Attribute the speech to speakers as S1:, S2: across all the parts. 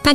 S1: 大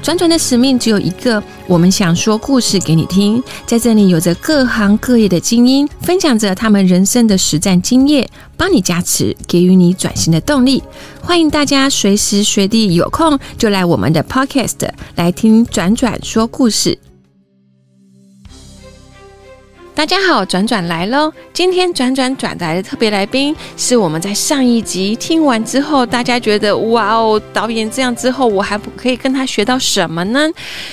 S1: 转转的使命只有一个，我们想说故事给你听。在这里，有着各行各业的精英，分享着他们人生的实战经验，帮你加持，给予你转型的动力。欢迎大家随时随地有空就来我们的 Podcast 来听转转说故事。大家好，转转来喽！今天转转转来的特别来宾是我们在上一集听完之后，大家觉得哇哦，导演这样之后，我还不可以跟他学到什么呢？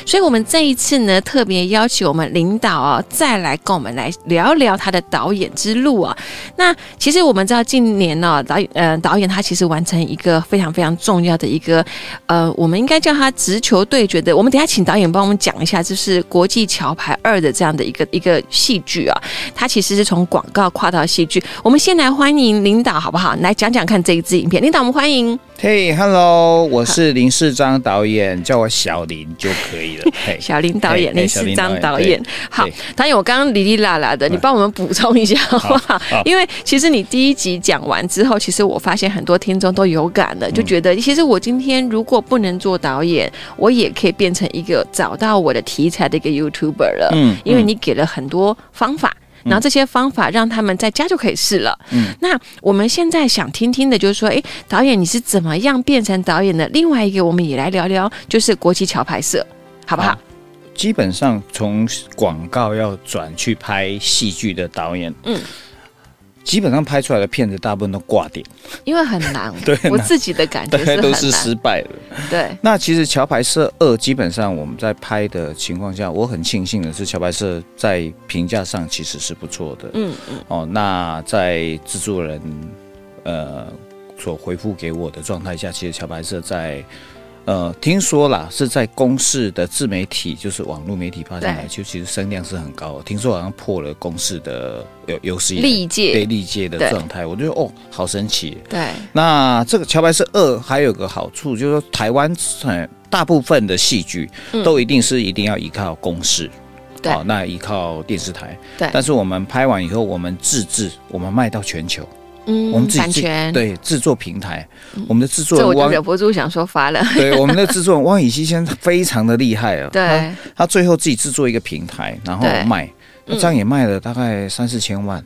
S1: 所以，我们这一次呢，特别邀请我们领导啊、再来跟我们来聊聊他的导演之路啊。那其实我们知道，近年呢、导演呃导演他其实完成一个非常非常重要的一个呃，我们应该叫他直球对决的。我们等一下请导演帮我们讲一下，就是《国际桥牌二》的这样的一个一个戏剧。剧啊，它其实是从广告跨到戏剧。我们先来欢迎领导好不好？来讲讲看这一支影片。领导，我们欢迎。
S2: 嘿、h e l l o 我是林世章导演，叫我小林就可 以了。嘿、
S1: 小林导演，
S2: 嘿
S1: 林
S2: 小
S1: 世
S2: 林
S1: 章导
S2: 导
S1: 演
S2: 演。
S1: 好
S2: 对，
S1: 导演，我刚刚哩哩啦啦的，你帮我们补充一下好不哎好？
S2: 好
S1: 因为其实你第一集讲完之后，其实我发现很多听众都有感了，就觉得其实我今天如果不能做导演，我也可以变成一个找到我的题材的一个 YouTuber 了。
S2: 嗯
S1: 因为你给了很多方法。然后这些方法让他们在家就可以试了。嗯，那我们现在想听听的就是说，诶，导演你是怎么样变成导演的？另外一个，我们也来聊聊，就是国际桥牌社，好不好？
S2: 好基本上从广告要转去拍戏剧的导演，
S1: 嗯，
S2: 基本上拍出来的片子大部分都挂点，
S1: 因为很难，
S2: 对
S1: 我自己的感觉
S2: 大
S1: 是
S2: 概
S1: 很
S2: 都
S1: 难。
S2: 是失败的。
S1: 对，
S2: 那其实《桥牌社二》基本上我们在拍的情况下，我很庆幸的是，《桥牌社》在评价上其实是不错的。
S1: 嗯嗯，
S2: 哦，那在制作人呃所回复给我的状态下，其实桥牌社在呃听说啦是在公视的自媒体，就是网络媒体发上来，
S1: 对
S2: 就其实声量是很高的，听说好像破了公视的有有史以来
S1: 历
S2: 对
S1: 届
S2: 历届的
S1: 对
S2: 状态，我觉得哦好神奇。
S1: 对
S2: 那这个《桥牌社二》还有个好处，就是说台湾呃大部分的戏剧都一定是一定要依靠公视，
S1: 嗯对
S2: 哦那依靠电视台。
S1: 对，
S2: 但是我们拍完以后，我们自制，我们卖到全球，我们
S1: 嗯，
S2: 自己
S1: 版
S2: 制
S1: 权，嗯
S2: 对制作平台，我们的制作
S1: 这我
S2: 人
S1: 就
S2: 汪
S1: 忍，不住想说发了。
S2: 对我们的制作人汪以希先生非常的厉害啊，
S1: 对，
S2: 他，他最后自己制作一个平台，然后
S1: 对嗯
S2: 卖，那这样也卖了大概三四千万，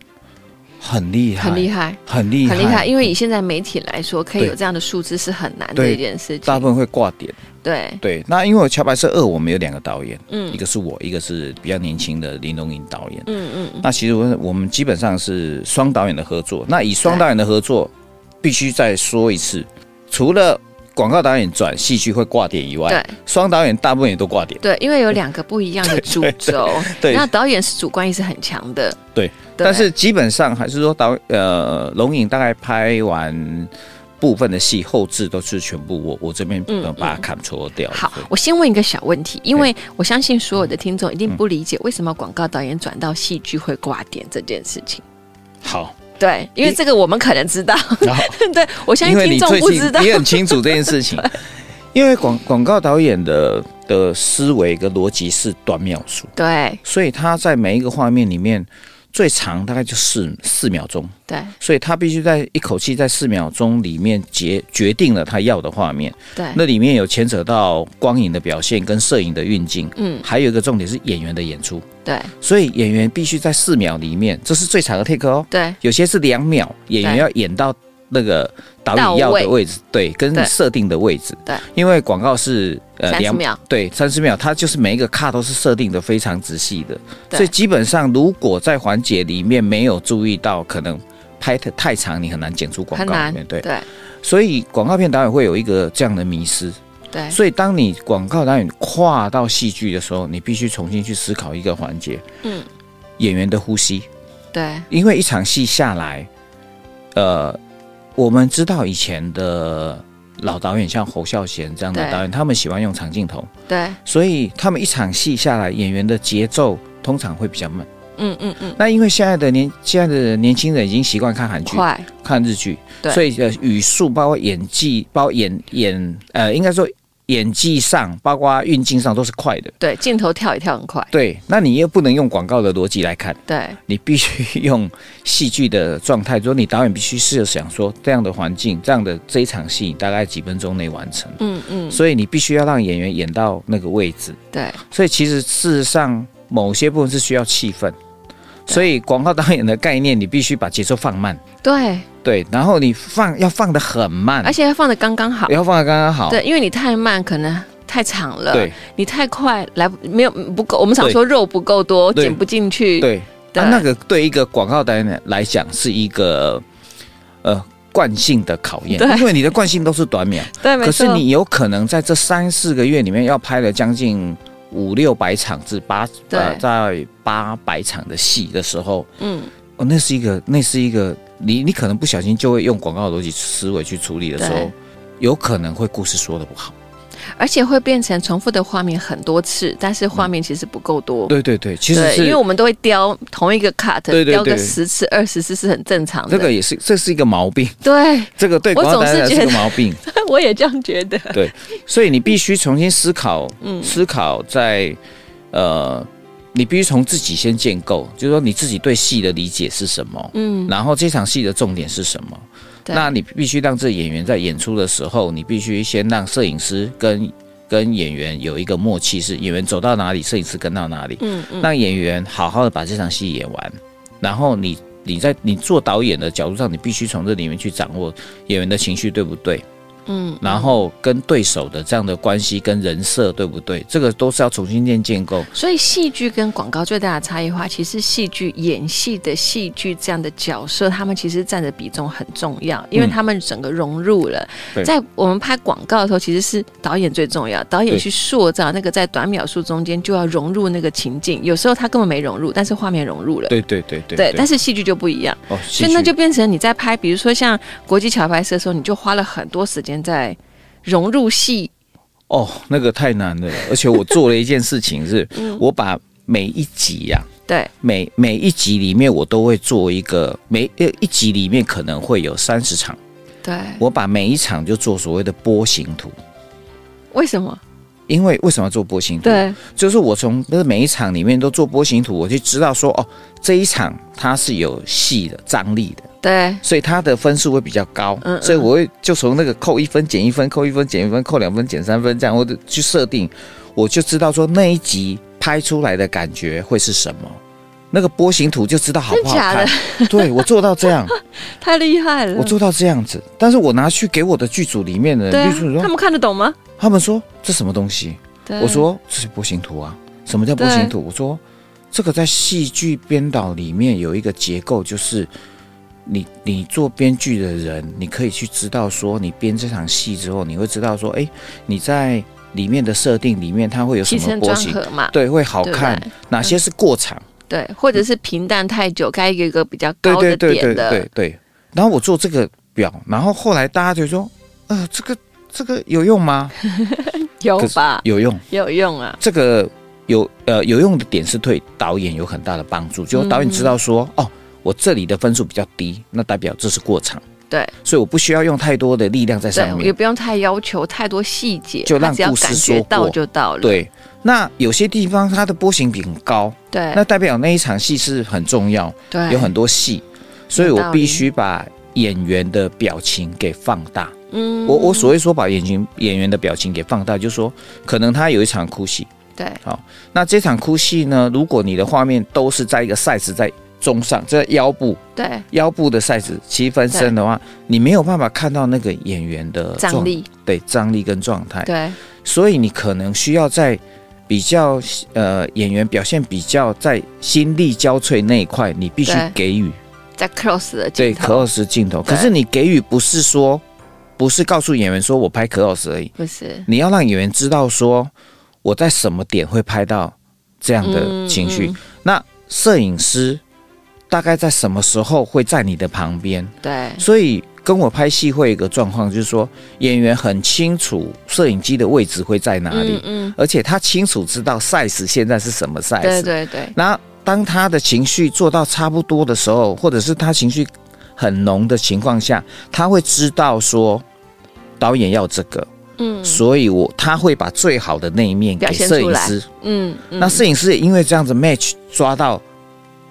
S2: 很厉害，
S1: 很厉害，
S2: 很厉害，
S1: 很厉害，因为以现在媒体来说，可以
S2: 对
S1: 有这样的数字是很难的
S2: 对
S1: 一件事
S2: 大
S1: 情。
S2: 部分会挂点。
S1: 对，
S2: 对，那因为《桥牌社二》，我们有两个导演，
S1: 嗯
S2: 一个是我，一个是比较年轻的林东银导演。
S1: 嗯嗯嗯，
S2: 那其实我我们基本上是双导演的合作。那以双导演的合作，必须再说一次，除了广告导演转戏剧会挂点以外，
S1: 对
S2: 双导演大部分也都挂点。
S1: 对，因为有两个不一样的主轴，
S2: 对
S1: 那导演是主观意识很强的，
S2: 对但是基本上还是说导呃龙影大概拍完部分的戏，后置都是全部我我这边
S1: 嗯
S2: 呃把它 control 掉。
S1: 好
S2: 对，
S1: 我先问一个小问题，因为我相信所有的听众一定不理解为什么广告导演转到戏剧会挂点这件事情。
S2: 好，
S1: 对，因为
S2: 一
S1: 这个我们可能知道，
S2: 然 后。
S1: 对我相
S2: 因
S1: 信
S2: 为
S1: 听
S2: 你
S1: 众
S2: 最
S1: 不
S2: 近
S1: 知道。
S2: 也很清楚这件事情，因为广广告导演的的思维跟逻辑是短秒数，
S1: 对
S2: 所以他在每一个画面里面最长大概就四四秒钟，
S1: 对
S2: 所以他必须在一口气在四秒钟里面决决定了他要的画面。
S1: 对，
S2: 那里面有牵扯到光影的表现跟摄影的运镜，
S1: 嗯
S2: 还有一个重点是演员的演出，
S1: 对
S2: 所以演员必须在四秒里面，这是最长的 take 哦。
S1: 对
S2: 有些是两秒，演员
S1: 对
S2: 要演到那个导演要的位置，对，跟
S1: 对
S2: 你设定的位置，
S1: 对，
S2: 因为广告是呃
S1: 30秒，
S2: 对，三十秒，它就是每一个卡都是设定的非常仔细的，
S1: 对
S2: 所以基本上如果在环节里面没有注意到，可能拍的太长，你很难剪出广
S1: 很
S2: 告里
S1: 难
S2: 面，，对，
S1: 对
S2: 所以广告片导演会有一个这样的迷失，
S1: 对
S2: 所以当你广告导演跨到戏剧的时候，你必须重新去思考一个环节，
S1: 嗯，
S2: 演员的呼吸，
S1: 对
S2: 因为一场戏下来，呃，我们知道以前的老导演，像侯孝贤这样的
S1: 对
S2: 导演，他们喜欢用长镜头，
S1: 对，
S2: 所以他们一场戏下来，演员的节奏通常会比较慢，
S1: 嗯嗯嗯，
S2: 那因为现在的年现在的年轻人已经习惯看韩剧、
S1: 快，
S2: 看日剧
S1: 对，
S2: 所以呃语速包括演技，包括演演呃，应该说演技上，包括运镜上都是快的。
S1: 对，镜头跳一跳很快，
S2: 对，那你又不能用广告的逻辑来看，
S1: 对，
S2: 你必须用戏剧的状态，就是你导演必须试着想说，这样的环境，这样的这一场戏，大概几分钟内完成。
S1: 嗯嗯，
S2: 所以你必须要让演员演到那个位置。
S1: 对，
S2: 所以其实事实上，某些部分是需要气氛。
S1: 对
S2: 所以广告导演的概念，你必须把节奏放慢，
S1: 对，
S2: 对，然后你放要放得很慢，
S1: 而且要放的刚刚好，
S2: 要放得刚刚好，
S1: 对，呃因为你太慢可能太长了，
S2: 对
S1: 你太快来不没有不够，我们常说肉不够多，
S2: 对
S1: 剪不进去，
S2: 对。
S1: 对
S2: 那、啊那个对一个广告导演来讲是一个呃惯性的考验
S1: 对，
S2: 因为你的惯性都是短秒，
S1: 对，没
S2: 可是
S1: 错，
S2: 你有可能在这三四个月里面要拍了将近五六百场至八呃
S1: 对
S2: 在八百场的戏的时候，
S1: 嗯，
S2: 哦，那是一个，那是一个，你你可能不小心就会用广告的逻辑思维去处理的时
S1: 对
S2: 候，有可能会故事说的不好。
S1: 而且会变成重复的画面很多次，但是
S2: 嗯
S1: 画面其实不够多。
S2: 对对对，其实
S1: 对，因为
S2: 是
S1: 我们都会雕同一个 cut，
S2: 对对对
S1: 雕个十次、二十次是很正常的。
S2: 这个也是这是一个毛病，
S1: 对，
S2: 这个对
S1: 我
S2: 广告
S1: 总
S2: 单
S1: 是
S2: 来
S1: 觉
S2: 是个
S1: 得
S2: 毛病，
S1: 我也这样觉得。
S2: 所以你必须重新思考，
S1: 嗯
S2: 思考在呃，你必须从自己先建构，就是说你自己对戏的理解是什么，
S1: 嗯，
S2: 然后这场戏的重点是什么？
S1: 对
S2: 那你必须让这演员在演出的时候，你必须先让摄影师跟跟演员有一个默契，是演员走到哪里，摄影师跟到哪里，
S1: 嗯嗯，
S2: 让演员好好的把这场戏演完。然后你你在你做导演的角度上，你必须从这里面去掌握演员的情绪对不对，
S1: 嗯，
S2: 然后跟对手的这样的关系跟人设对不对，这个都是要重新建建构。
S1: 所以戏剧跟广告最大的差异化，其实戏剧演戏的戏剧这样的角色，他们其实占的比重很重要，因为
S2: 嗯
S1: 他们整个融入了。
S2: 对
S1: 在我们拍广告的时候，其实是导演最重要，导演
S2: 对
S1: 去塑造那个在短秒数中间就要融入那个情境，有时候他根本没融入，但是画面融入了。
S2: 对对对对
S1: 但是戏剧就不一样，
S2: 哦，
S1: 所
S2: 所
S1: 以那就变成你在拍，比如说像国际桥拍摄的时候，你就花了很多时间在融入戏，
S2: 哦，那个太难了，而且我做了一件事 情是，
S1: 嗯
S2: 我把每一集呀、
S1: 对
S2: 每每一集里面我都会做一个，每呃一集里面可能会有三十场，
S1: 对，
S2: 我把每一场就做所谓的波形图。
S1: 为什么？
S2: 因为为什么要做波形图？，
S1: 对
S2: 就是我从那每一场里面都做波形图，我就知道说哦，这一场它是有戏的张力的，
S1: 对
S2: 所以它的分数会比较高。
S1: 嗯嗯
S2: 所以我会就从那个扣一分减一分，扣一分减一分，扣两分减三分这样，我就去设定，我就知道说那一集拍出来的感觉会是什么。那个波形图就知道好不好看， 对我做到 这样，
S1: 太厉害了！
S2: 我做到这样子，但是我拿去给我的剧组里面的
S1: 对
S2: 人，
S1: 啊
S2: 剧组人
S1: 他
S2: 说，
S1: 们看得懂吗？
S2: 他们说这什么东西？
S1: 对
S2: 我说这是波形图啊。什么叫波形图？我说这个在戏剧编导里面有一个结构，就是你你做编剧的人，你可以去知道说，你编这场戏之后，你会知道说，哎，你在里面的设定里面，它会有什
S1: 起
S2: 么
S1: 承
S2: 波
S1: 转
S2: 形？
S1: 合嘛，
S2: 对，会好
S1: 对不
S2: 看
S1: 对。
S2: 哪些是过场？
S1: 对，或者是平淡太久，该有一个比较
S2: 对
S1: 高
S2: 对
S1: 的
S2: 对
S1: 点
S2: 对
S1: 的
S2: 对，对。然后我做这个表，然后后来大家就说，呃，这个这个有用吗？
S1: 有
S2: 可是
S1: 吧？
S2: 有用。
S1: 有用啊，
S2: 这个有呃有用的点是对导演有很大的帮助，
S1: 嗯
S2: 就导演知道说、哦，我这里的分数比较低，那代表这是过场，
S1: 对
S2: 所以我不需要用太多的力量在
S1: 对
S2: 上，
S1: 也
S2: 面。
S1: 不用太要求太多细节，
S2: 就让
S1: 他只要
S2: 故事
S1: 感觉
S2: 说
S1: 到
S2: 过
S1: 就到了。
S2: 对，那有些地方它的波形比很高，
S1: 对
S2: 那代表那一场戏是很重要，
S1: 对，
S2: 有很多戏，所以
S1: 有
S2: 我
S1: 道理
S2: 必须把演员的表情给放大。
S1: 嗯
S2: 我我所谓说把演员演员的表情给放大，就是说可能他有一场哭戏，
S1: 对
S2: 那这场哭戏呢，如果你的画面都是在一个 size 在中上，这腰部
S1: 对
S2: 腰部的 size 七分身的话，你没有办法看到那个演员的状
S1: 张，力，
S2: 对张力跟状态，
S1: 对
S2: 所以你可能需要在比较呃演员表现比较在心力交瘁那一块，你必须
S1: 对
S2: 给予
S1: 在 close 的镜
S2: 对
S1: 头，
S2: close 镜头，
S1: 对
S2: 可是你给予不是说不是告诉演员说我拍 close 而已，
S1: 不是
S2: 你要让演员知道说我在什么点会拍到这样的情绪。
S1: 嗯嗯
S2: 那摄影师大概在什么时候会在你的旁边？
S1: 对
S2: 所以跟我拍戏会有一个状况，就是说演员很清楚摄影机的位置会在哪里，
S1: 嗯嗯，
S2: 而且他清楚知道 size 现在是什么 size。
S1: 对对对
S2: 那当他的情绪做到差不多的时候，或者是他情绪很浓的情况下，他会知道说导演要这个，
S1: 嗯
S2: 所以我他会把最好的那一面给
S1: 表现
S2: 摄
S1: 出
S2: 影
S1: 来
S2: 师。
S1: 嗯，嗯
S2: 那摄影师也因为这样子 match 抓到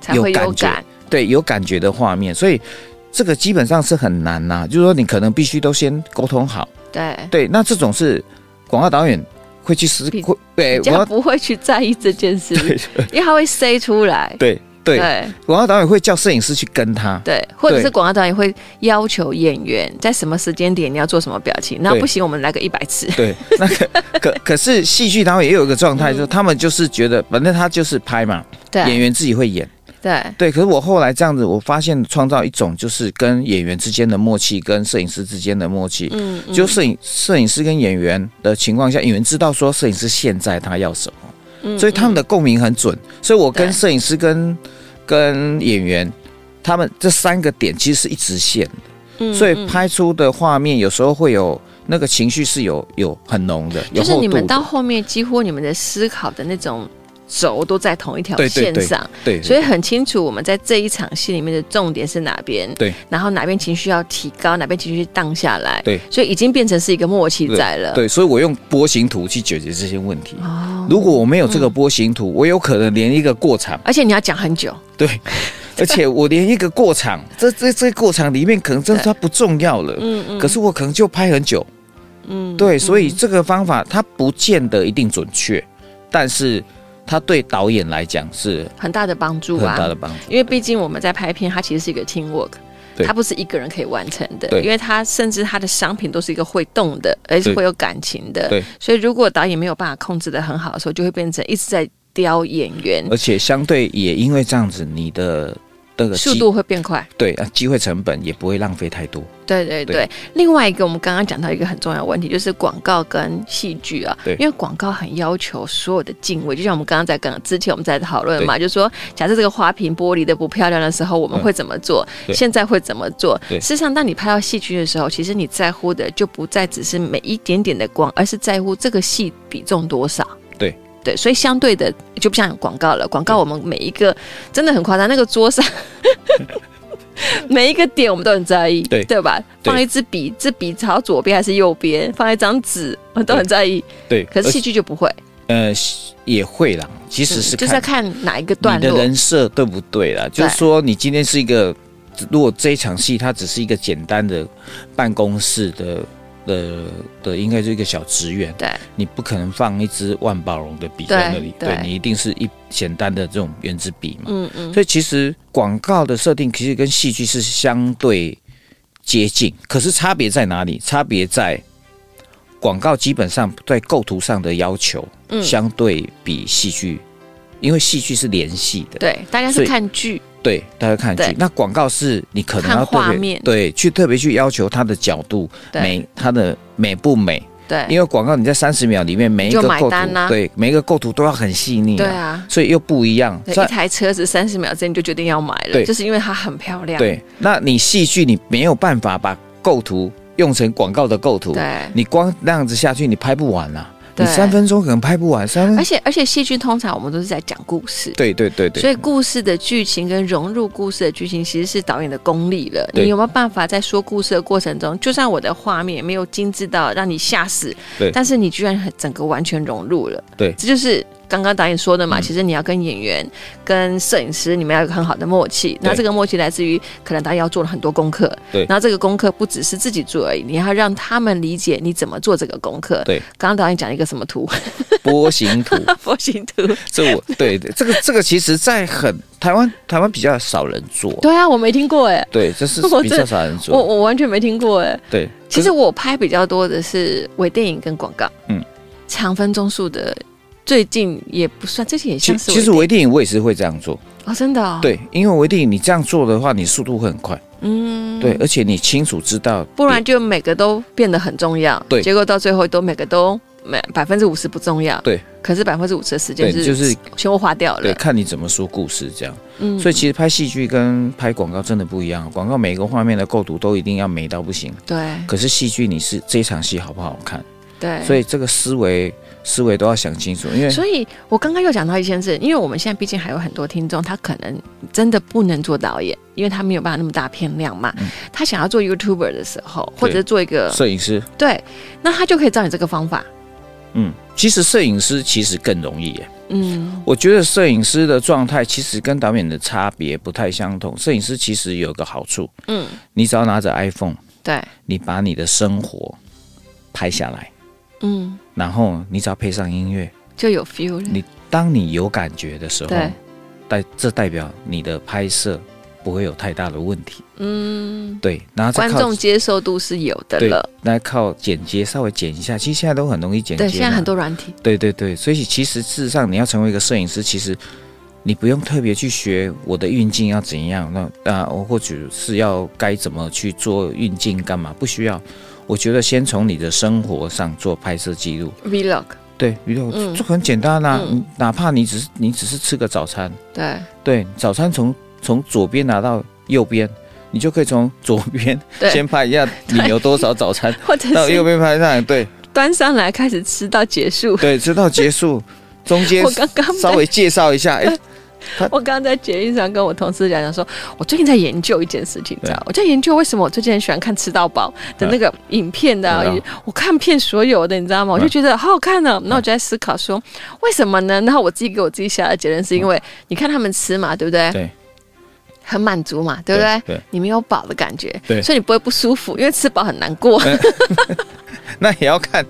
S1: 才会有
S2: 有感觉
S1: 感，
S2: 对有感觉的画面，所以这个基本上是很难呐、就是说你可能必须都先沟通好。
S1: 对，
S2: 对，那这种是广告导演会去思
S1: 比
S2: 会对
S1: 比
S2: 广
S1: 较
S2: 告
S1: 不会去在意这件事，
S2: 对
S1: 因为他会塞出来，
S2: 对对，
S1: 对
S2: 广告导演会叫摄影师去跟他。
S1: 对，或者
S2: 对
S1: 是广告导演会要求演员在什么时间点你要做什么表情，那
S2: 对
S1: 不行，我们来个一百次，
S2: 对，那可可 可是戏剧导演也有一个状态，就是他们就是觉得反正他就是拍嘛，
S1: 嗯
S2: 演
S1: 对
S2: 员自己会演。
S1: 对
S2: 对，可是我后来这样子，我发现创造一种就是跟演员之间的默契，跟摄影师之间的默契。
S1: 嗯，嗯
S2: 就摄影摄影师跟演员的情况下，演员知道说摄影师现在他要什么，
S1: 嗯
S2: 所以他们的共鸣很准。所以我跟
S1: 对
S2: 摄影师跟跟演员，他们这三个点其实是一直线，
S1: 嗯
S2: 所以
S1: 嗯
S2: 拍出的画面有时候会有那个情绪是有有很浓的，有
S1: 就是
S2: 厚
S1: 你
S2: 度
S1: 们到
S2: 的。
S1: 后面几乎你们的思考的那种轴都在同一条
S2: 对对
S1: 线
S2: 对
S1: 上，
S2: 对，
S1: 所以很清楚我们在这一场戏里面的重点是哪边，
S2: 对，
S1: 然后哪边情绪要提高，哪边情绪荡下来，
S2: 对，
S1: 所以已经变成是一个默契在了，
S2: 对，所以我用波形图去解决这些问题。
S1: 哦，
S2: 如果我没有这个波形图，我有可能连一个过场，
S1: 而且你要讲很久，
S2: 对， 而且我连一个过场，这这这过场里面可能真的它不重要了，
S1: 嗯嗯，
S2: 可是我可能就拍很久，
S1: 嗯
S2: 对，所以这个方法它不见得一定准确，但是它对导演来讲是
S1: 很大的帮助
S2: 很
S1: 啊，
S2: 大的帮助。
S1: 因为毕竟我们在拍片，它其实是一个 team work，
S2: 对
S1: 它不是一个人可以完成的，
S2: 对
S1: 因为它甚至它的商品都是一个会动的，而且
S2: 对
S1: 会有感情的，
S2: 对，
S1: 所以如果导演没有办法控制的很好的时候，就会变成一直在雕演员，
S2: 而且相对也因为这样子，你的那个
S1: 速
S2: 机
S1: 度会变快。
S2: 对啊机会成本也不会浪费太多。
S1: 对对对，
S2: 对
S1: 另外一个我们刚刚讲到一个很重要的问题，就是广告跟戏剧啊，
S2: 对
S1: 因为广告很要求所有的敬畏，就像我们刚刚在跟之前我们在讨论嘛，就是说假设这个花瓶玻璃的不漂亮的时候，我们
S2: 嗯
S1: 会怎么做？
S2: 对
S1: 现在会怎么做？
S2: 对
S1: 事实上，当你拍到戏剧的时候，其实你在乎的就不再只是每一点点的光，而是在乎这个戏比重多少。
S2: 对。
S1: 对，所以相对的就不像广告了。广告我们每一个真的很夸张，那个桌上 每一个点我们都很在意，
S2: 对
S1: 对吧？
S2: 对
S1: 放一支笔，这笔朝左边还是右边？放一张纸，我们都很在意。
S2: 对，
S1: 可是
S2: 而
S1: 戏剧就不会，
S2: 呃也会啦，其实是
S1: 嗯就
S2: 看
S1: 是要看哪一个段
S2: 你的
S1: 落。
S2: 人设对不对啦？就是说，你今天是一个，如果这一场戏它只是一个简单的办公室的的的，应该是一个小职员，
S1: 对
S2: 你不可能放一支万宝龙的笔在那里，
S1: 对
S2: 对
S1: 对
S2: 你一定是一简单的这种圆珠笔嘛。
S1: 嗯嗯，
S2: 所以其实广告的设定其实跟戏剧是相对接近，可是差别在哪里？差别在广告基本上在构图上的要求，
S1: 嗯
S2: 相对比戏剧，因为戏剧是联戏的，
S1: 对，大家
S2: 所
S1: 是
S2: 以
S1: 看剧，
S2: 对，大家看
S1: 对
S2: 剧。那广告是你可能要
S1: 看画
S2: 特别
S1: 面
S2: 对去特别去要求它的角度
S1: 对
S2: 美，它的美不美？
S1: 对
S2: 因为广告你在三十秒里面每一个
S1: 就买
S2: 构图
S1: 单，啦
S2: 对每一个构图都要很细腻、
S1: 对，啊。
S2: 所以又不一样。
S1: 对
S2: 在
S1: 一台车子三十秒之内你就决定要买了，
S2: 对
S1: 就是因为它很漂亮。
S2: 对，那你戏剧你没有办法把构图用成广告的构图，
S1: 对，
S2: 你光那样子下去你拍不完啦、
S1: 对
S2: 你三分钟可能拍不完，三
S1: 而
S2: 分。
S1: 且而且戏剧通常我们都是在讲故事，
S2: 对对对对，
S1: 所以故事的剧情跟融入故事的剧情，其实是导演的功力了。
S2: 对
S1: 你有没有办法在说故事的过程中，就算我的画面没有精致到让你吓死，
S2: 对
S1: 但是你居然很整个完全融入了，
S2: 对
S1: 这就是。刚刚导演说的嘛，其实你要跟演员、跟摄影师，你们要有个很好的默契。那这个默契来自于，可能导演要做了很多功课，
S2: 对
S1: 然后这个功课不只是自己做而已，你要让他们理解你怎么做这个功课。
S2: 对，
S1: 刚刚导演讲了一个什么图，
S2: 波形图，
S1: 波形图。
S2: 这我对对这个这个其实，在很台湾台湾比较少人做，
S1: 对啊，我没听过哎，
S2: 对，这是
S1: 我
S2: 比
S1: 这
S2: 较少人
S1: 我
S2: 做，
S1: 我完全没听过哎。
S2: 对。
S1: 其实
S2: 可是
S1: 我拍比较多的是微电影跟广告，嗯
S2: 嗯，
S1: 长分钟数的，最近也不算，最近也
S2: 其
S1: 像是
S2: 其实微电影我也是会这样做，
S1: 哦，真的、哦，，
S2: 对，因为微电影你这样做的话，你速度会很快，
S1: 嗯，
S2: 对，，而且你清楚知道，
S1: 不然就每个都变得很重要，
S2: 对
S1: 结果到最后都每个都每百分之五十不重要，
S2: 对，
S1: 可是百分之五十的时间
S2: 对
S1: 是
S2: 就是
S1: 全部花掉
S2: 对，
S1: 了，
S2: 看你怎么说故事这样。
S1: 嗯
S2: 所以其实拍戏剧跟拍广告真的不一样，广告每个画面的构图都一定要美到不行，
S1: 对
S2: 可是戏剧你是这一场戏好不好看，
S1: 对，
S2: 所
S1: 以
S2: 以这个思维思维都要想清楚，因为
S1: 所以我刚刚又讲到一件事，因为我们现在毕竟还有很多听众，他可能真的不能做导演，因为他没有办法那么大片量嘛。
S2: 嗯
S1: 他想要做 YouTuber 的时候，或者是做一个
S2: 摄影师，
S1: 对，那他就可以照你这个方法。
S2: 嗯，其实摄影师其实更容易耶。
S1: 嗯，
S2: 我觉得摄影师的状态其实跟导演的差别不太相同。摄影师其实有个好处，
S1: 嗯，
S2: 你只要拿着 iPhone，
S1: 对，
S2: 你把你的生活拍下来，
S1: 嗯，
S2: 然后你只要配上音乐，
S1: 就有 feel 了。
S2: 你当你有感觉的时候
S1: 对，
S2: 代这代表你的拍摄不会有太大的问题。
S1: 嗯，
S2: 对，然后再
S1: 观
S2: 靠
S1: 众接受度是有的
S2: 对
S1: 了。，
S2: 那靠剪接稍微剪一下，其实现在都很容易剪接
S1: 对，
S2: 嘛。
S1: 现在很多软体，
S2: 对对对，所以其实事实上，你要成为一个摄影师，其实你不用特别去学我的运镜要怎样，那那我或许是要该怎么去做运镜干嘛，不需要。我觉得先从你的生活上做拍摄记录，
S1: vlog，
S2: 对，娱乐
S1: 嗯
S2: 这很简单啊，
S1: 嗯
S2: 哪怕你只是你只是吃个早餐，
S1: 对
S2: 对，早餐从从左边拿到右边，你就可以从左边
S1: 对，
S2: 先拍一下你有多少早 餐，
S1: 或者
S2: 到右
S1: 是
S2: 边拍上来，对
S1: 端上来开始吃到结束。
S2: 对，直到结束，中间
S1: 我刚刚
S2: 稍微介绍一下，哎、
S1: 我刚刚在捷运上跟我同事讲讲说，我最近在研究一件事情，你知道吗，我在研究为什么我最近很喜欢看《吃到饱》的那个影片的、
S2: 嗯
S1: 我看遍所有的，你知道吗？我就
S2: 嗯
S1: 觉得好好看呢、然后我就在思考说，为什么呢？然后我自己给我自己下的结论是因为，你看他们吃嘛，对不对？
S2: 对。
S1: 很满足嘛，对不对？
S2: 对对
S1: 你没有饱的感觉，
S2: 对
S1: 所以你不会不舒服，因为吃饱很难过。
S2: 那也要看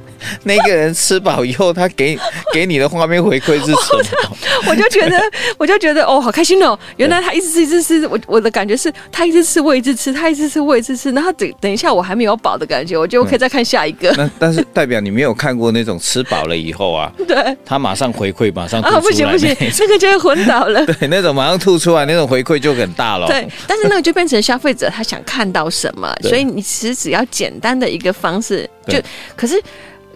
S2: 那个人吃饱以后，他给给你的画面回馈是什么。
S1: 我就觉 得，我就觉得哦，好开心哦！原来他一直吃，一直吃，我我的感觉是他一直吃，我一直吃，他一直吃，我一直吃。然后等等一下，我还没有饱的感觉，我觉得我可以再看下一个。
S2: 那但是代表你没有看过那种吃饱了以后啊，
S1: 对
S2: 他马上回馈，马上吐出
S1: 啊，
S2: 来，
S1: 不行不行，这个就会昏倒了。
S2: 对，那种马上吐出来那种回馈就很大了。
S1: 对，但是那个就变成消费者他想看到什么，
S2: 对
S1: 所以你其实只要简单的一个方式，就
S2: 对
S1: 可是。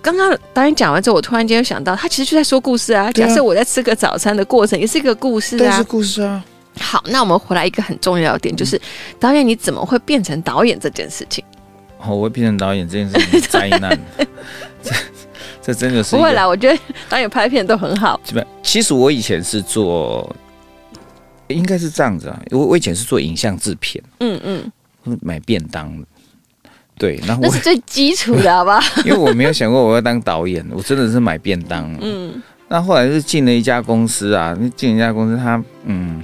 S1: 刚刚导演讲完之后，我突然间又想到，他其实就在说故事啊。
S2: 对啊
S1: 假设我在吃个早餐的过程，也是一个故事
S2: 对，
S1: 啊
S2: 是。故事啊，
S1: 好，那我们回来一个很重要的点，就是导演你怎么会变成导演这件事情？
S2: 哦，我会变成导演这件事情是灾 难，这这真的是一
S1: 不
S2: 个
S1: 会啦，我觉得导演拍片都很好。
S2: 基本其实我以前是做，应该是这样子啊，我我以前是做影像制片，
S1: 嗯嗯，
S2: 买便当的，对，然后
S1: 那
S2: 我
S1: 是最基础的，好吧？
S2: 因为我没有想过我要当导演，我真的是买便当。
S1: 嗯，
S2: 那后来是进了一家公司啊，那进了一家公司他，嗯，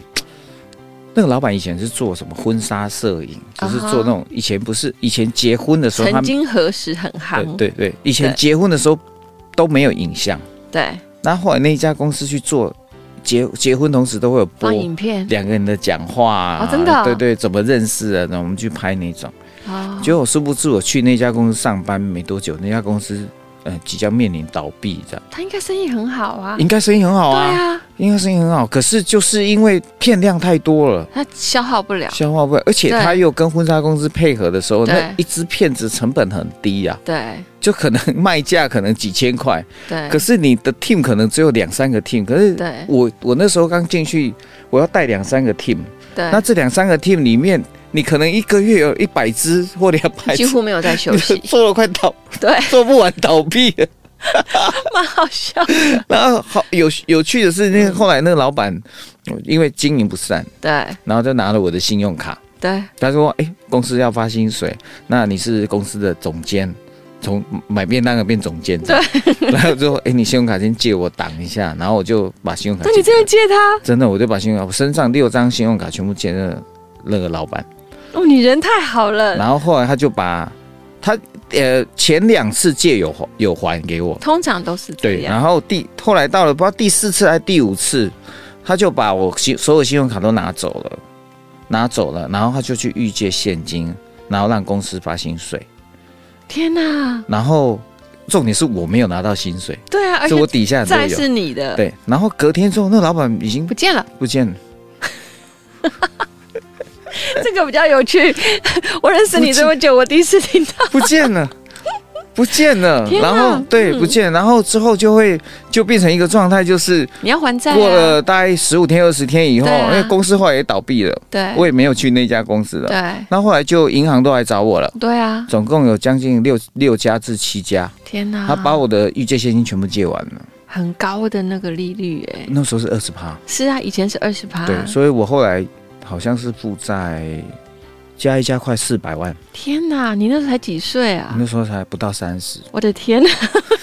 S2: 那个老板以前是做什么婚纱摄影，就是做那种、以前不是以前结婚的时候他
S1: 啊曾
S2: 们
S1: 经何时很夯？
S2: 对对对，以前
S1: 对
S2: 结婚的时候都没有影像，
S1: 对
S2: 那后来那一家公司去做结结婚，同时都会有播
S1: 放影片
S2: 两个人的讲话啊，
S1: 哦真的啊
S2: 对对，怎么认识的，那我们去拍那种。
S1: 啊，
S2: 结果殊不知，我去那家公司上班没多久，那家公司呃即将面临倒闭，这样
S1: 他应该生意很好啊。
S2: 应该生意很好
S1: 对
S2: 啊，
S1: 啊，
S2: 应该生意很好。可是就是因为片量太多了，
S1: 他消耗不了。
S2: 消化不了，而且
S1: 对
S2: 他又跟婚纱公司配合的时候，
S1: 对
S2: 那一支片子成本很低啊，
S1: 对
S2: 就可能卖价可能几千块，
S1: 对，
S2: 可是你的 team 可能只有两三个 team，可是
S1: 对
S2: 我我那时候刚进去，我要带两三个 team，
S1: 对，
S2: 那这两三个 team 里面，你可能一个月有一百支或两百
S1: 几
S2: 支。
S1: 乎没有在休 息，
S2: 做了快倒
S1: 对，
S2: 做不完倒闭了。
S1: 蛮好笑。
S2: 然后好有有趣的是，那个后来那个老板因为经营不善，
S1: 对
S2: 然后就拿了我的信用卡，
S1: 对
S2: 他说：“哎、公司要发薪水，那你是公司的总监。”从买便当的变总监，对， 然后就说：“哎、你信用卡先借我挡一下。”然后我就把信用卡
S1: 那你
S2: 借给他，
S1: 真的借他？
S2: 真的我就把信用卡，我身上六张信用卡全部借那个那个老板。
S1: 哦，你人太好了。
S2: 然后后来他就把他呃前两次借有还有还给我，
S1: 通常都是这
S2: 对，
S1: 样。
S2: 然后第后来到了不知道第四次还是第五次，他就把我信所有信用卡都拿走了，拿走了，然后他就去预借现金，然后让公司发薪水，
S1: 天哪，
S2: 然后重点是我没有拿到薪水，
S1: 对啊，而
S2: 是
S1: 且
S2: 我底下人
S1: 债
S2: 都有。
S1: 是你的，
S2: 对，然后隔天之后，那老板已经
S1: 不见了。
S2: 不见了。
S1: 这个比较有趣。我认识你这么久，我第一次听到。
S2: 不见了， 不见了。
S1: 天哪
S2: 然后对，
S1: 嗯
S2: 不见了。然后之后就会就变成一个状态，就是
S1: 你要还债、啊。
S2: 过了大概十五天、二十天以后，
S1: 对啊
S2: 因为公司后来也倒闭了，
S1: 对，
S2: 我也没有去那家公司了。
S1: 对
S2: 那后来就银行都来找我了，
S1: 对啊，
S2: 总共有将近六六家至七家，
S1: 天哪！
S2: 他把我的预借现金全部借完了。
S1: 很高的那个利率、欸，哎，
S2: 那时候是二十趴，
S1: 是啊，以前是二十趴，
S2: 对，所以我后来好像是负债加一加快四百万，
S1: 天哪，你那时候才几岁啊？
S2: 那时候才不到三十
S1: 我的天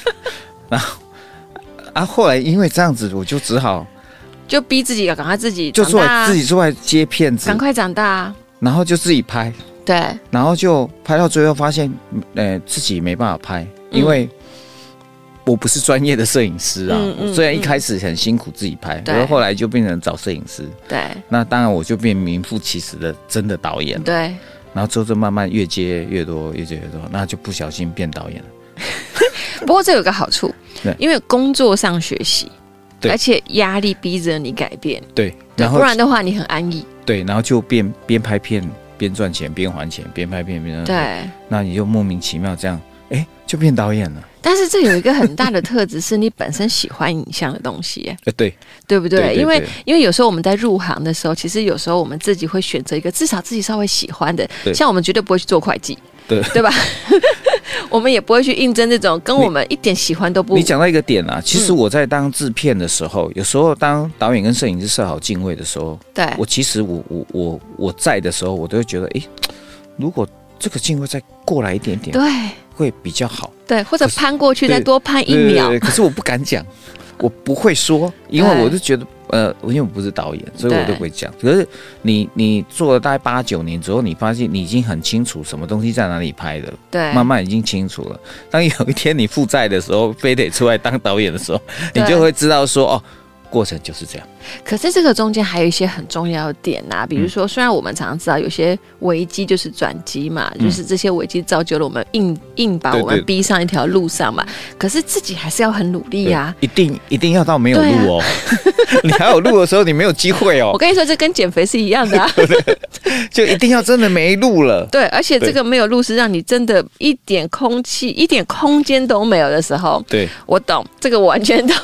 S1: 哪，
S2: 啊。后来因为这样子，我就只好
S1: 就逼自己要赶快自己
S2: 就
S1: 长
S2: 出
S1: 大啊，
S2: 来自己出来接骗子
S1: 赶，快长大，
S2: 然后就自己拍，
S1: 对，
S2: 然后就拍到最后发现，呃，自己没办法拍，
S1: 嗯
S2: 因为我不是专业的摄影师啊。
S1: 嗯嗯
S2: 虽然一开始很辛苦自己拍，
S1: 对
S2: 然后后来就变成找摄影师。
S1: 对，
S2: 那当然我就变名副其实的真的导演了。
S1: 对，
S2: 然后之后就慢慢越接越多，越接越多，那就不小心变导演了。
S1: 不过这有个好处
S2: 对，
S1: 因为工作上学习，
S2: 对
S1: 而且压力逼着你改变，
S2: 对，
S1: 对，
S2: 然后
S1: 不然的话你很安逸，
S2: 对，然后就变边拍片边赚钱边还钱边拍片边赚钱，
S1: 对。
S2: 那你就莫名其妙这样，哎，就变导演了。
S1: 但是这有一个很大的特质，是你本身喜欢影像的东西，欸
S2: 哎，对，
S1: 对不对？
S2: 对对
S1: 因为
S2: 对
S1: 因为有时候我们在入行的时候，其实有时候我们自己会选择一个至少自己稍微喜欢的，
S2: 对
S1: 像我们绝对不会去做会计，
S2: 对
S1: 对吧？ 我们也不会去应征这种跟我们一点喜欢都不嗯
S2: 你讲到一个点啊，其实我在当制片的时候，有时候当导演跟摄影师设好敬位的时候，
S1: 对
S2: 我其实我我我我在的时候，我都会觉得，诶，如果这个敬位再过来一点点，
S1: 对
S2: 会比较好。
S1: 对，或者
S2: 可是
S1: 攀过去
S2: 对
S1: 再多攀一
S2: 对
S1: 秒，
S2: 对对可是我不敢 讲，我不会说，因为
S1: 对
S2: 我就觉得，呃，因为我不是导演，所以
S1: 对
S2: 我都不会讲。可是你你做了大概八九年之后，你发现你已经很清楚什么东西在哪里拍的了，
S1: 对
S2: 慢慢已经清楚了。当有一天你负债的时候，非得出来当导演的时候，
S1: 对
S2: 你就会知道说，哦，过程就是这样。
S1: 可是这个中间还有一些很重要的点
S2: 嗯
S1: 啊，比如说，虽然我们常常知道有些危机就是转机嘛，
S2: 嗯
S1: 就是这些危机造就了我们硬硬把
S2: 对
S1: 我们
S2: 对
S1: 逼上一条路上嘛。可是自己还是要很努力呀、啊
S2: 一定一定要到没有路哦， 你还有路的时候，你没有机 会
S1: 我
S2: 哦，
S1: 跟你说，这跟减肥是一样的、啊，
S2: 就一定要真的没 路了。
S1: 对。而且
S2: 对
S1: 这个没有路是让你真的一点空气、一点空间都没有的时候，
S2: 对，
S1: 我懂，这个我完全懂，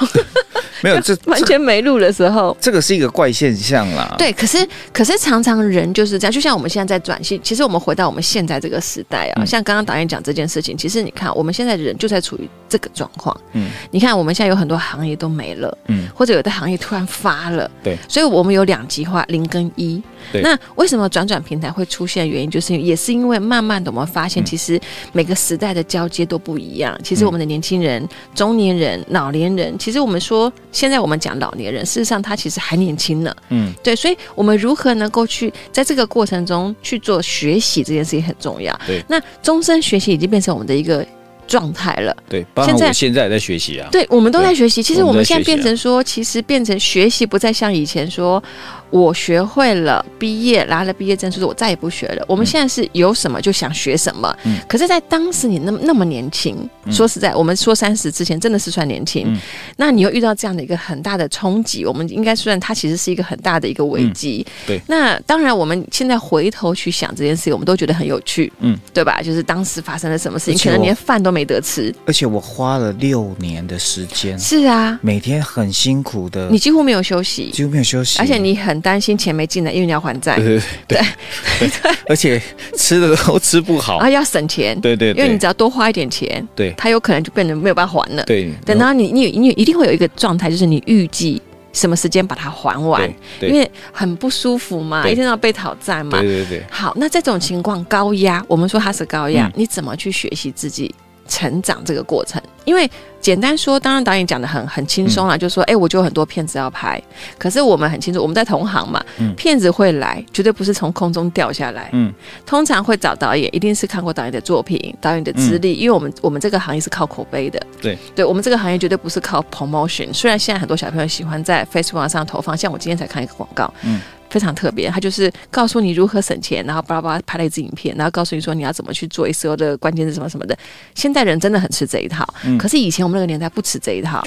S2: 没有这
S1: 完
S2: 这
S1: 全没路的时候。
S2: 这个是一个怪现象啦。
S1: 对，可是可是常常人就是这样，就像我们现在在转型，其实我们回到我们现在这个时代啊，
S2: 嗯
S1: 像刚刚导演讲这件事情，其实你看我们现在人就在处于这个状况。
S2: 嗯
S1: 你看我们现在有很多行业都没了，
S2: 嗯，
S1: 或者有的行业突然发了，
S2: 对，
S1: 所以我们有两极化，零跟一。
S2: 对
S1: 那为什么转转平台会出现？原因就是也是因为慢慢的我们发现，
S2: 嗯
S1: 其实每个时代的交接都不一样。其实我们的年轻人、中年人、老年人，其实我们说现在我们讲老年人，事实上他其实还年轻呢。
S2: 嗯，
S1: 对，所以我们如何能够去在这个过程中去做学习这件事情很重要。
S2: 对，
S1: 那终身学习已经变成我们的一个状态了。
S2: 对，包含
S1: 现在
S2: 我现在也在学习啊。
S1: 对，我们都在学习。其实我
S2: 我们
S1: 们
S2: 在
S1: 现在
S2: 学习啊
S1: 变成说，其实变成学习，不再像以前说，我学会了，毕业拿了毕业证书，我再也不学了。我们
S2: 嗯
S1: 现在是有什么就想学什么。
S2: 嗯
S1: 可是，在当时你那么那么年轻，
S2: 嗯
S1: 说实在，我们说三十之前真的是算年轻。
S2: 嗯
S1: 那你又遇到这样的一个很大的冲击，我们应该算它其实是一个很大的一个危机。
S2: 嗯对
S1: 那当然，我们现在回头去想这件事情，我们都觉得很有趣。
S2: 嗯，
S1: 对吧？就是当时发生了什么事
S2: 而
S1: 情，
S2: 且
S1: 可能
S2: 我
S1: 连饭都没得吃。
S2: 而且我花了六年的时间，
S1: 是啊。
S2: 每天很辛苦的，
S1: 你几乎没有休息，
S2: 几乎没有休息，
S1: 而且你很担心钱没进来，因为你要还债
S2: 对，对对 对对， 而且吃的都吃不好
S1: 然后，要省钱，
S2: 对对
S1: 因为你
S2: 对
S1: 只要多花一点钱，
S2: 对
S1: 它有可能就变得没有办法还了。
S2: 对，
S1: 等到你你你一定会有一个状态，就是你预计什么时间把它还完
S2: 对，对
S1: 因为很不舒服嘛，
S2: 对
S1: 一天到晚被讨债嘛
S2: 对。对对，
S1: 好，那这种情况高压，我们说它是高压，
S2: 嗯
S1: 你怎么去学习自己成长这个过程？因为简单说，当然导演讲的很很轻
S2: 嗯
S1: 松啦，就说，哎、我就有很多片子要拍，可是我们很清楚，我们在同行嘛，
S2: 嗯
S1: 骗子会来，绝对不是从空中掉下来，
S2: 嗯
S1: 通常会找导演，一定是看过导演的作品、导演的资
S2: 嗯
S1: 历，因为我们我们这个行业是靠口碑的，
S2: 对，
S1: 对我们这个行业绝对不是靠 promotion。虽然现在很多小朋友喜欢在 Facebook 上投放，像我今天才看一个广告，
S2: 嗯
S1: 非常特别，它就是告诉你如何省钱，然后巴拉巴拉拍了一支影片，然后告诉你说你要怎么去做 SEO 的关键是什么什么的。现代人真的很吃这一套，
S2: 嗯
S1: 可是以前我们那个年代不吃这一套，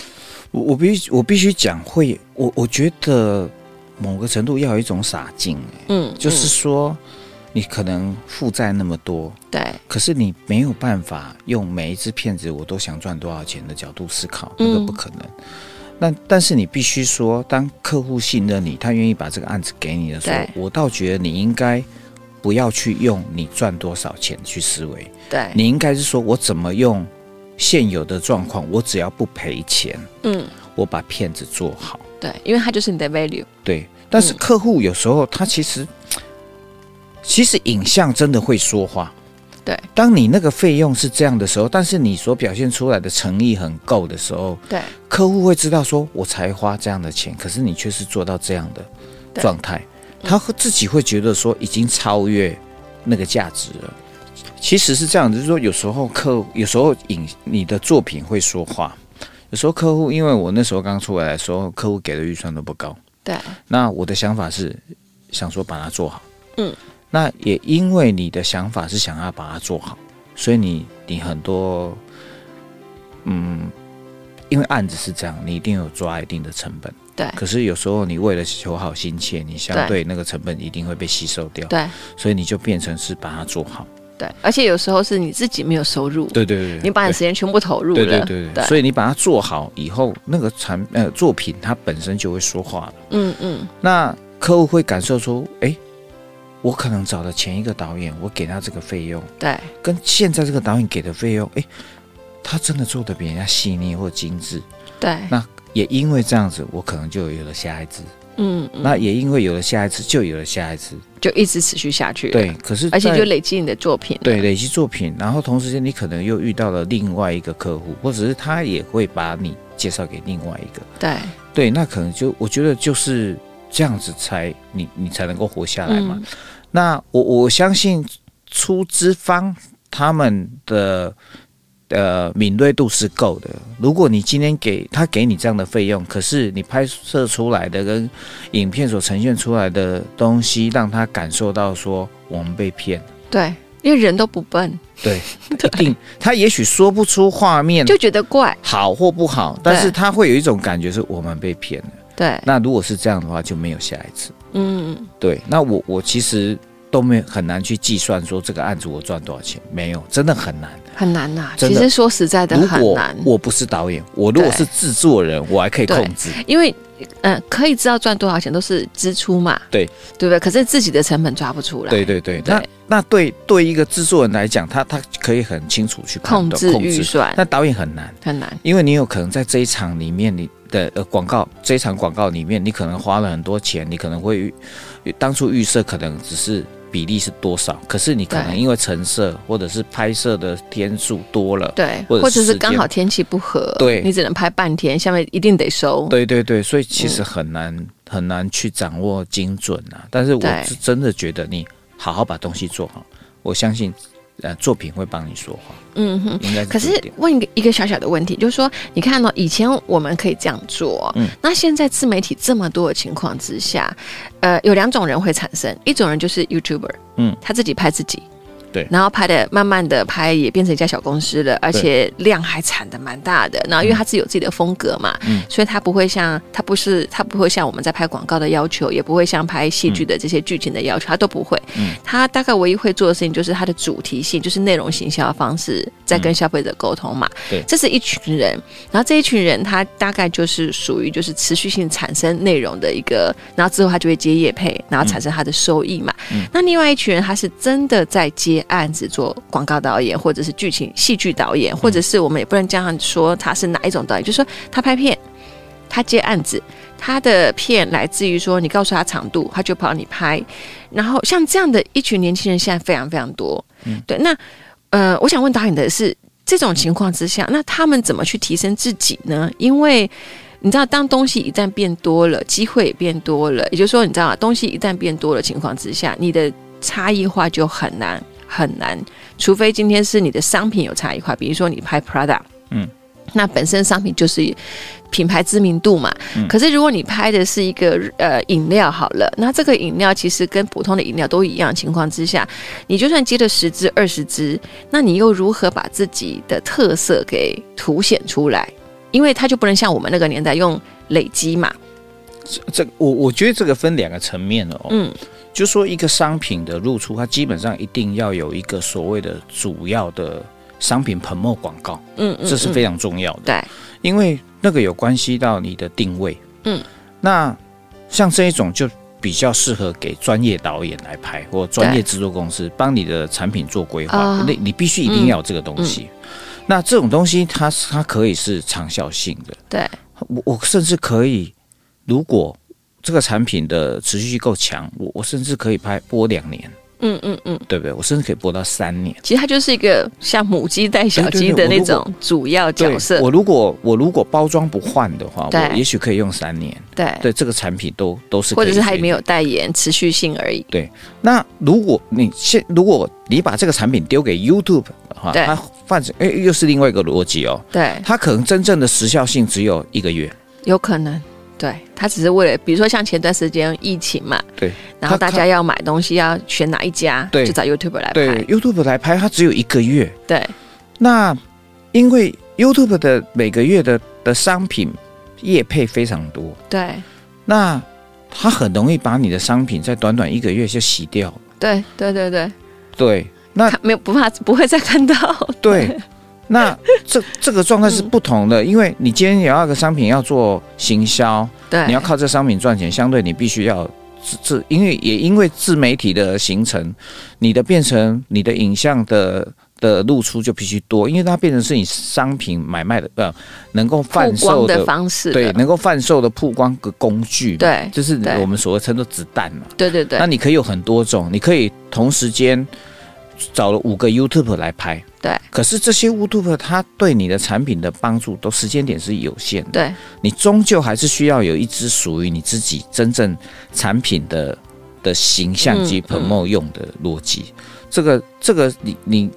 S2: 我我必须我必须讲会，我我觉得某个程度要有一种洒劲，欸
S1: 嗯，
S2: 就是
S1: 嗯
S2: 说你可能负债那么多，
S1: 对，
S2: 可是你没有办法用每一支片子我都想赚多少钱的角度思考，
S1: 嗯
S2: 那个不可能。那但是你必须说，当客户信任你，他愿意把这个案子给你的时候
S1: 对，
S2: 我倒觉得你应该不要去用你赚多少钱去思维，
S1: 对，
S2: 你应该是说我怎么用现有的状况，我只要不赔钱，
S1: 嗯，
S2: 我把片子做好。
S1: 对，因为它就是你的 value。
S2: 对，但是
S1: 嗯
S2: 客户有时候他其实，其实影像真的会说话。
S1: 对，
S2: 当你那个费用是这样的时候，但是你所表现出来的诚意很够的时候，
S1: 对，
S2: 客户会知道说，我才花这样的钱，可是你却是做到这样的
S1: 对
S2: 状态，他会自己会觉得说已经超越那个价值了。其实是这样，就是说有时候客户，有时候影你的作品会说话，有时候客户，因为我那时候刚出来的时候，客户给的预算都不高，
S1: 对，
S2: 那我的想法是想说把它做好，
S1: 嗯，
S2: 那也因为你的想法是想要把它做好，所以你你很多，嗯，因为案子是这样，你一定有抓一定的成本，
S1: 对
S2: 可是有时候你为了求好心切，你相
S1: 对
S2: 对那个成本一定会被吸收掉，
S1: 对，
S2: 所以你就变成是把它做好。
S1: 对。而且有时候是你自己没有收入，
S2: 对对对
S1: 你把你时间全部投入了，
S2: 对对对对，
S1: 以
S2: 所以你把它做好以后，那个产呃作品它本身就会说话了。
S1: 嗯嗯，
S2: 那客户会感受出，哎，我可能找的前一个导演，我给他这个费用，
S1: 对
S2: 跟现在这个导演给的费用，哎，他真的做的比人家细腻或精致。
S1: 对，
S2: 那也因为这样子，我可能就有了下一支。
S1: 嗯嗯，
S2: 那也因为有了下一支，就有了下一支。
S1: 就一直持续下去，，
S2: 对，可是
S1: 而且
S2: 在
S1: 就累积你的作品，
S2: 对，累积作品，然后同时间你可能又遇到了另外一个客户，或者是他也会把你介绍给另外一个。
S1: 对，
S2: 对，那可能就我觉得就是这样子才你你才能够活下来嘛。
S1: 嗯，
S2: 那我我相信出资方他们的呃敏锐度是够的。如果你今天给他给你这样的费用，可是你拍摄出来的跟影片所呈现出来的东西，让他感受到说我们被骗，
S1: 对，因为人都不笨，
S2: 对，一定他也许说不出画面
S1: 就觉得怪，
S2: 好或不好，但是他会有一种感觉是我们被骗了。
S1: 对，
S2: 那如果是这样的话，就没有下一次。
S1: 嗯，嗯
S2: 对，那我我其实都没有很难去计算说这个案子我赚多少钱，没有，真的很难。
S1: 很难呐。
S2: 真
S1: 其
S2: 的
S1: 实说实在的，
S2: 如
S1: 很
S2: 果
S1: 难，
S2: 我不是导演，我如果
S1: 对
S2: 是制作人，我还可以
S1: 对
S2: 控制。
S1: 因为呃，可以知道赚多少钱都是支出嘛，
S2: 对，
S1: 对不对？可是自己的成本抓不出来，
S2: 对对对，
S1: 对
S2: 那那对对一个制作人来讲，他他可以很清楚去判
S1: 控
S2: 断
S1: 制预算
S2: 但导演很难，
S1: 很难，
S2: 因为你有可能在这一场里面你的呃广告，这一场广告里面，你可能花了很多钱，你可能会预当初预设可能只是比例是多少，可是你可能
S1: 对
S2: 因为成色或者是拍摄的天数多了。
S1: 对，
S2: 或者
S1: 或者
S2: 时
S1: 是
S2: 间
S1: 刚好天气不合，
S2: 对
S1: 你只能拍半天，下面一定得收，
S2: 对对对，所以其
S1: 嗯
S2: 实很难、很难去掌握精准啊。但是
S1: 对
S2: 我是真的觉得你好好把东西做好，我相信，呃，作品会帮你说话，
S1: 嗯哼。
S2: 应该是
S1: 可是
S2: 这一点
S1: 问一个一个小小的问题，就是说，你看到、以前我们可以这样做，
S2: 嗯
S1: 那现在自媒体这么多的情况之下，呃，有两种人会产生，一种人就是 YouTuber，
S2: 嗯
S1: 他自己拍自己，
S2: 对
S1: 然后拍的慢慢的拍也变成一家小公司了，而且量还产的蛮大的，然后因为他自己有自己的风格嘛，
S2: 嗯
S1: 所以他不会像他不是他不会像我们在拍广告的要求，也不会像拍戏剧的这些剧情的要求，他都不会，
S2: 嗯
S1: 他大概唯一会做的事情就是他的主题性，就是内容行销的方式，在跟消费者沟通嘛。
S2: 嗯对
S1: 这是一群人，然后这一群人他大概就是属于就是持续性产生内容的一个，然后之后他就会接业配，然后产生他的收益嘛。
S2: 嗯
S1: 那另外一群人他是真的在接案子做广告导演，或者是剧情戏剧导
S2: 嗯
S1: 演，或者是我们也不能这样说他是哪一种导演，就是说他拍片，他接案子。他的片来自于说，你告诉他长度，他就帮你拍，然后像这样的一群年轻人，现在非常非常多。嗯，对。那呃，我想问导演的是，这种情况之下，那他们怎么去提升自己呢？因为你知道，当东西一旦变多了，机会也变多了，也就是说，你知道啊，东西一旦变多的情况之下，你的差异化就很难很难，除非今天是你的商品有差异化，比如说你拍 Prada，
S2: 嗯。
S1: 那本身商品就是品牌知名度嘛，可是如果你拍的是一个呃饮料好了，那这个饮料其实跟普通的饮料都一样的情况之下，你就算接了十支二十支，那你又如何把自己的特色给凸显出来？因为它就不能像我们那个年代用累积嘛，
S2: 这我我觉得这个分两个层面哦，
S1: 嗯，
S2: 就说一个商品的露出，它基本上一定要有一个所谓的主要的商品盆墨广告，
S1: 嗯嗯，
S2: 这是
S1: 嗯
S2: 非常重要的。
S1: 对
S2: 因为那个有关系到你的定位。
S1: 嗯，
S2: 那像这一种就比较适合给专业导演来拍，或专业制作公司帮你的产品做规划
S1: 哦。
S2: 那、你必须
S1: 嗯
S2: 一定要有这个东西。那这种东西它，它可以是长效性的，
S1: 对
S2: 我我甚至可以，如果这个产品的持续性够强，我我甚至可以拍播两年，
S1: 嗯嗯嗯，
S2: 对不对？我甚至可以播到三年。
S1: 其实它就是一个像母鸡带小鸡
S2: 对
S1: 的
S2: 对对
S1: 那
S2: 我如果
S1: 种主要角
S2: 对，
S1: 色，
S2: 我如果我如果包装不换的话，
S1: 对
S2: 我也许可以用三年。
S1: 对，
S2: 对，这个产品都都是可
S1: 哎或
S2: 以
S1: 者是它也没
S2: 有。
S1: 有代言，持续性而已。
S2: 那如果你现如果你把这个产品丢给 YouTube 的话，
S1: 对
S2: 它换成哎又是另外一个逻辑哦，
S1: 对，
S2: 它可能真正的时效性只有一个月。
S1: 有可能。对，它只是为了，比如说像前段时间疫情嘛，
S2: 对，
S1: 然后大
S2: 它
S1: 家要买东西要选哪一家，
S2: 对
S1: 就找 YouTube 来
S2: 对
S1: 拍。
S2: YouTube 来拍，它只有一个月。
S1: 对，
S2: 那因为 YouTube 的每个月的的商品业配非常多，
S1: 对，
S2: 那它很容易把你的商品在短短一个月就洗掉。
S1: 对，对，对，对，
S2: 对，那
S1: 看没有不怕不会再看到。
S2: 对，那这这个状态是不同的，因为你今天也要一个商品要做行销，
S1: 对，
S2: 你要靠这商品赚钱，相对你必须要自自，因为也因为自媒体的形成，你的变成你的影像的。的露出就必须多，因为它变成是你商品买卖的，呃，能够
S1: 曝
S2: 贩
S1: 光
S2: 售
S1: 的方式
S2: 对，
S1: 的。
S2: 能够贩售的曝光的工具嘛，
S1: 对
S2: 就是
S1: 对
S2: 我们所谓称作子弹嘛。
S1: 对，对，
S2: 那
S1: 对，
S2: 你可以有很多种，你可以同时间找了五个 YouTube 来拍，
S1: 对。
S2: 可是这些 YouTube 它对你的产品的帮助都时间点是有限的，
S1: 对，
S2: 你终究还是需要有一支属于你自己真正产品的的形象及
S1: 嗯嗯
S2: promo 用的逻辑。这个这个你你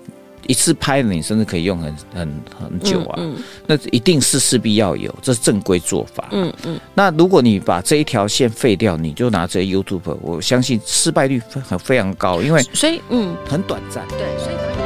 S2: 一次拍了，你甚至可以用很很很久啊，
S1: 嗯
S2: 那一定是势必要有，这是正规做法。
S1: 嗯嗯，
S2: 那如果你把这一条线废掉，你就拿这 YouTube，我相信失败率非很非常高，因为
S1: 嗯所以嗯，
S2: 很短暂。
S1: 对，所以。